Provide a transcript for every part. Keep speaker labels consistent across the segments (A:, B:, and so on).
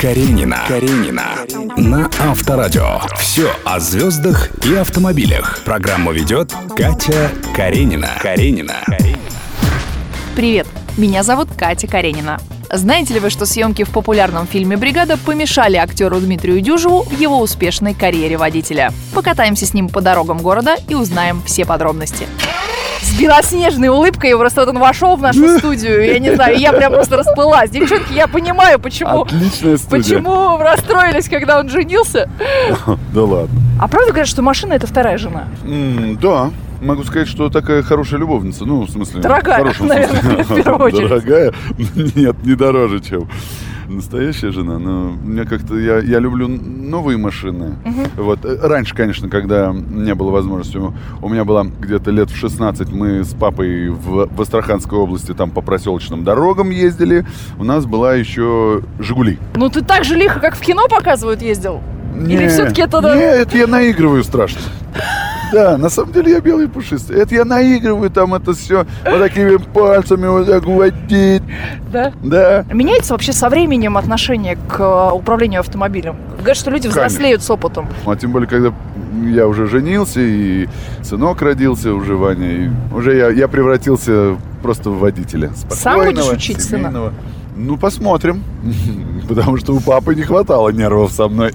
A: Каренина. Каренина. На Авторадио. Все о звездах и автомобилях. Программу ведет Катя Каренина. Каренина.
B: Привет, меня зовут Катя Каренина. Знаете ли вы, что съемки в популярном фильме «Бригада» помешали актеру Дмитрию Дюжеву в его успешной карьере водителя? Покатаемся с ним по дорогам города и узнаем все подробности. С белоснежной улыбкой просто вот он вошел в нашу студию. Я не знаю, я прям просто расплылась. Девчонки, я понимаю, почему,
C: Отличная студия.
B: почему расстроились, когда он женился.
C: Да ладно.
B: А правда говорят, что машина это вторая жена?
C: М, да, могу сказать, что такая хорошая любовница. Ну, в смысле...
B: Дорогая,
C: в хорошем
B: наверное,
C: смысле.
B: в первую очередь.
C: Дорогая? Нет, не дороже, чем настоящая жена. Но мне как-то... Я, я люблю новые машины. Вот. э, Раньше, конечно, когда не было возможности, у- у меня была где-то лет в 16, мы с папой в, в Астраханской области там по проселочным дорогам ездили. У нас была еще «Жигули».
B: Ну ты так же лихо, как в кино показывают, ездил? Или
C: Не,
B: все-таки это... да,
C: Не, это я наигрываю страшно. Да, на самом деле я белый и пушистый. Это я наигрываю там это все вот такими пальцами вот так водить.
B: Да?
C: Да.
B: Меняется вообще со временем отношение к э, управлению автомобилем? Говорят, что люди
C: Конечно.
B: взрослеют с опытом.
C: А тем более, когда я уже женился, и сынок родился уже, Ваня. и уже я, я превратился просто в водителя.
B: Сам будешь
C: Спокойного,
B: учить сына?
C: семейного. Ну, посмотрим. Потому что у папы не хватало нервов со мной.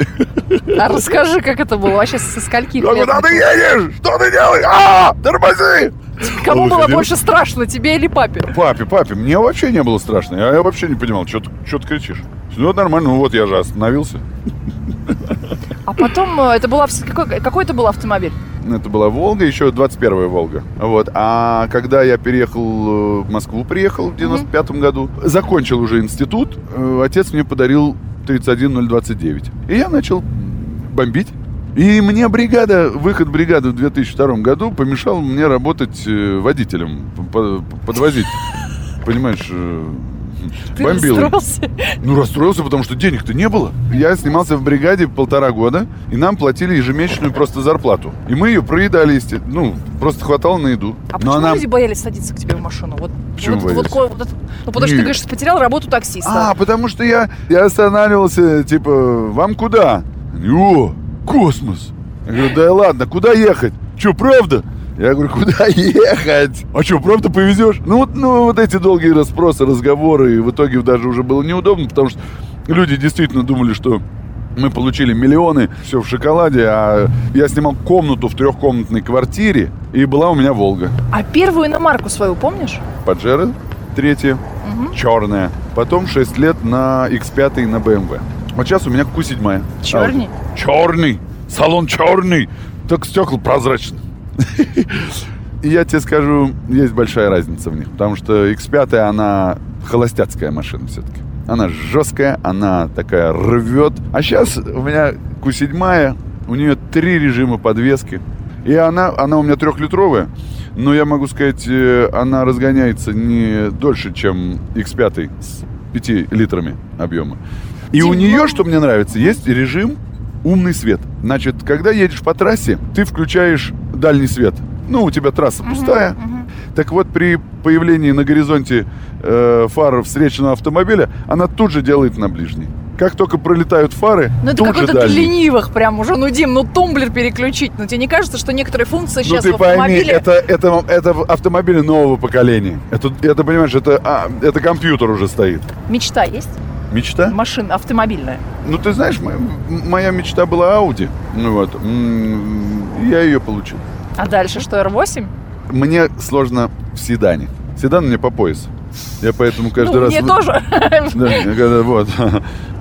B: А расскажи, как это было вообще, со скольки
C: Я говорю,
B: лет?
C: куда ты едешь? Что ты делаешь? А, тормози!
B: Кому
C: Он
B: было
C: выходил.
B: больше страшно, тебе или папе?
C: Папе, папе, мне вообще не было страшно. Я, я вообще не понимал, что ты, чё ты кричишь. Ну, нормально, ну вот я же остановился.
B: А потом, э, это была... вс- Какой, какой это был автомобиль?
C: Это была Волга, еще 21-я Волга. Вот. А когда я переехал э, в Москву, приехал в 95-м году, закончил уже институт, э, отец мне подарил 31029. И я начал бомбить. И мне бригада, выход бригады в 2002 году помешал мне работать э, водителем, по- подвозить. Понимаешь, э,
B: Ты
C: бомбил.
B: расстроился?
C: Ну, расстроился, потому что денег-то не было. Я снимался в бригаде полтора года, и нам платили ежемесячную просто зарплату. И мы ее проедали, есте- ну, просто хватало на еду. Ну,
B: А почему
C: она-
B: люди боялись садиться к тебе в машину? Вот,
C: Почему
B: вот, это вот
C: боялись?
B: ко- вот это- ну, потому что ты
C: Нет.
B: говоришь, что потерял работу таксиста.
C: А, потому что я, я останавливался, типа, вам куда? Они, О, космос. Я говорю, да ладно, куда ехать? Че, правда? Я говорю, куда ехать? А что, правда повезешь? Ну вот, ну, вот эти долгие расспросы, разговоры, и в итоге даже уже было неудобно, потому что люди действительно думали, что мы получили миллионы, все в шоколаде, а я снимал комнату в трехкомнатной квартире, и была у меня «Волга».
B: а первую иномарку свою помнишь?
C: Паджеро, третья, черная. Потом 6 лет на X5 и на BMW. Вот сейчас у меня Q7.
B: Чёрный?
C: черный. Салон черный. Только стекла прозрачные. И я тебе скажу, есть большая разница в них. Потому что X5, она холостяцкая машина все-таки. Она жесткая, она такая рвет. А сейчас у меня Q7, у нее три режима подвески. И она, она у меня трехлитровая, но я могу сказать, э, она разгоняется не дольше, чем X5 с 5 литрами объема. И у
B: Дим, ну-
C: нее, что мне нравится, есть режим умный свет. Значит, когда едешь по трассе, ты включаешь дальний свет. Ну, у тебя трасса пустая. Так вот, при появлении на горизонте э, фар встречного автомобиля, она тут же делает на ближний. Как только пролетают фары,
B: Ну это
C: тут же
B: какой-то для
C: дальний.
B: ленивых прям уже. Ну, Дим, ну тумблер переключить. Ну тебе не кажется, что некоторые функции
C: Ну
B: сейчас
C: ты
B: в
C: пойми,
B: автомобиле...
C: это, это, это автомобили нового поколения. Это, это понимаешь, это, а, это компьютер уже стоит.
B: Мечта есть?
C: Мечта?
B: Машина автомобильная.
C: Ну, ты знаешь, моя, моя мечта была Audi. Ну вот, м, я ее получил.
B: А дальше что, R8?
C: Мне сложно в седане. Седан мне по пояс. Я поэтому каждый
B: ну,
C: раз...
B: мне тоже.
C: Да, я когда- вот.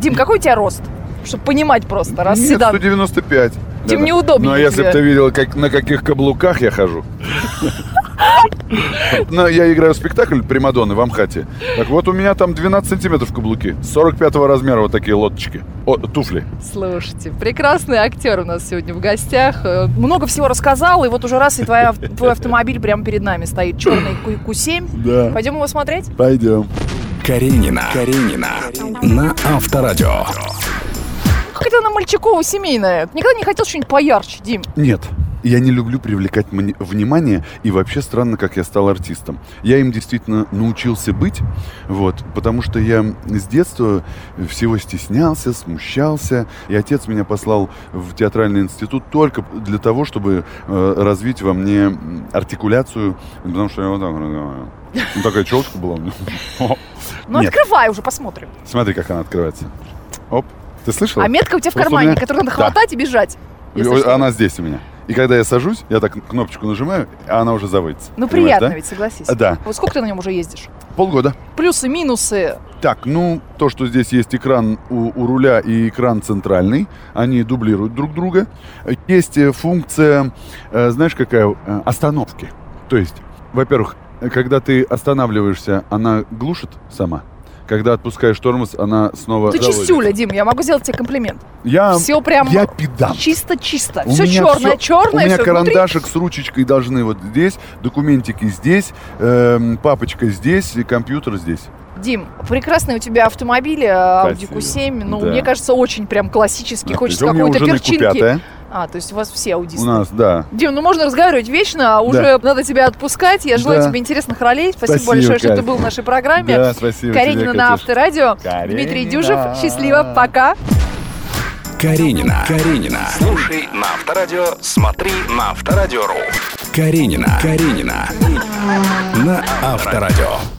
B: Дим, какой у тебя рост? Чтобы понимать просто, раз
C: Нет,
B: седан.
C: 195.
B: Тем
C: Да-да.
B: неудобнее
C: Ну, а если
B: тебе.
C: бы ты видела, как, на каких каблуках я хожу. Но я играю в спектакль «Примадонны» в Амхате. Так вот, у меня там 12 сантиметров каблуки. 45 размера вот такие лодочки. О, туфли.
B: Слушайте, прекрасный актер у нас сегодня в гостях. Э, Много всего рассказал, и вот уже раз и твоя, твой автомобиль прямо перед нами стоит. Черный Q7.
C: Да.
B: Пойдем его смотреть?
C: Пойдем.
A: Каренина. Каренина. На Авторадио.
B: Как это на Мальчикову семейная? Никогда не хотел что-нибудь поярче, Дим.
C: Нет. я не люблю привлекать мани- внимание, и вообще странно, как я стал артистом. Я им действительно научился быть, вот, потому что я с детства всего стеснялся, смущался, и отец меня послал в театральный институт только для того, чтобы э, развить во мне м, артикуляцию, потому что я вот так разговаривал. Ну, такая челочка была у меня.
B: Ну,
C: Нет,
B: открывай уже, посмотрим.
C: смотри, как она открывается. Оп, ты слышала?
B: А метка у тебя в
C: Просто у
B: кармане,
C: меня-
B: которую надо
C: Да.
B: хватать и бежать. если
C: Ой,
B: что.
C: Она здесь у меня. И когда я сажусь, я так кнопочку нажимаю, а она уже заводится.
B: Ну,
C: Понимаешь,
B: приятно
C: да?
B: ведь, согласись.
C: Да.
B: Вот сколько ты на нем уже ездишь?
C: Полгода.
B: Плюсы, минусы.
C: Так, ну, то, что здесь есть экран у, у руля и экран центральный, они дублируют друг друга. Есть э, функция, э, знаешь, какая? Э, Остановки. То есть, во-первых, когда ты останавливаешься, она глушит сама. Когда отпускаешь тормоз, она снова...
B: Ты
C: заводит.
B: чистюля, Дим, я могу сделать тебе комплимент.
C: Я,
B: Все прям
C: А, я педант.
B: чисто-чисто.
C: У
B: Все
C: меня
B: черное,
C: всё-
B: черное,
C: У меня
B: все
C: карандашик с ручечкой должны вот здесь, документики здесь, эм, папочка здесь и компьютер здесь.
B: Дим, прекрасный у тебя автомобиль, э, Audi
C: Спасибо.
B: Q7. Ну,
C: Да.
B: мне кажется, очень прям классический. Хочется
C: Причём мне
B: какой-то
C: А, у жены
B: перчинки.
C: купят,
B: А, то есть у вас все
C: а? У
B: аудисты.
C: нас, да.
B: Дим, ну можно разговаривать вечно, а уже надо тебя отпускать. Я желаю
C: Да.
B: тебе интересных ролей. Спасибо,
C: Спасибо,
B: большое, что ты
C: Кать.
B: был в нашей программе.
C: Да, спасибо
B: Каренина
C: тебе,
B: на
C: Катюш.
B: Авторадио.
C: Каренина.
B: Дмитрий Дюжев. Счастливо. Пока.
A: Каренина. Каренина. Слушай на Авторадио, смотри на Авторадио.ру. Каренина. Каренина. На Авторадио.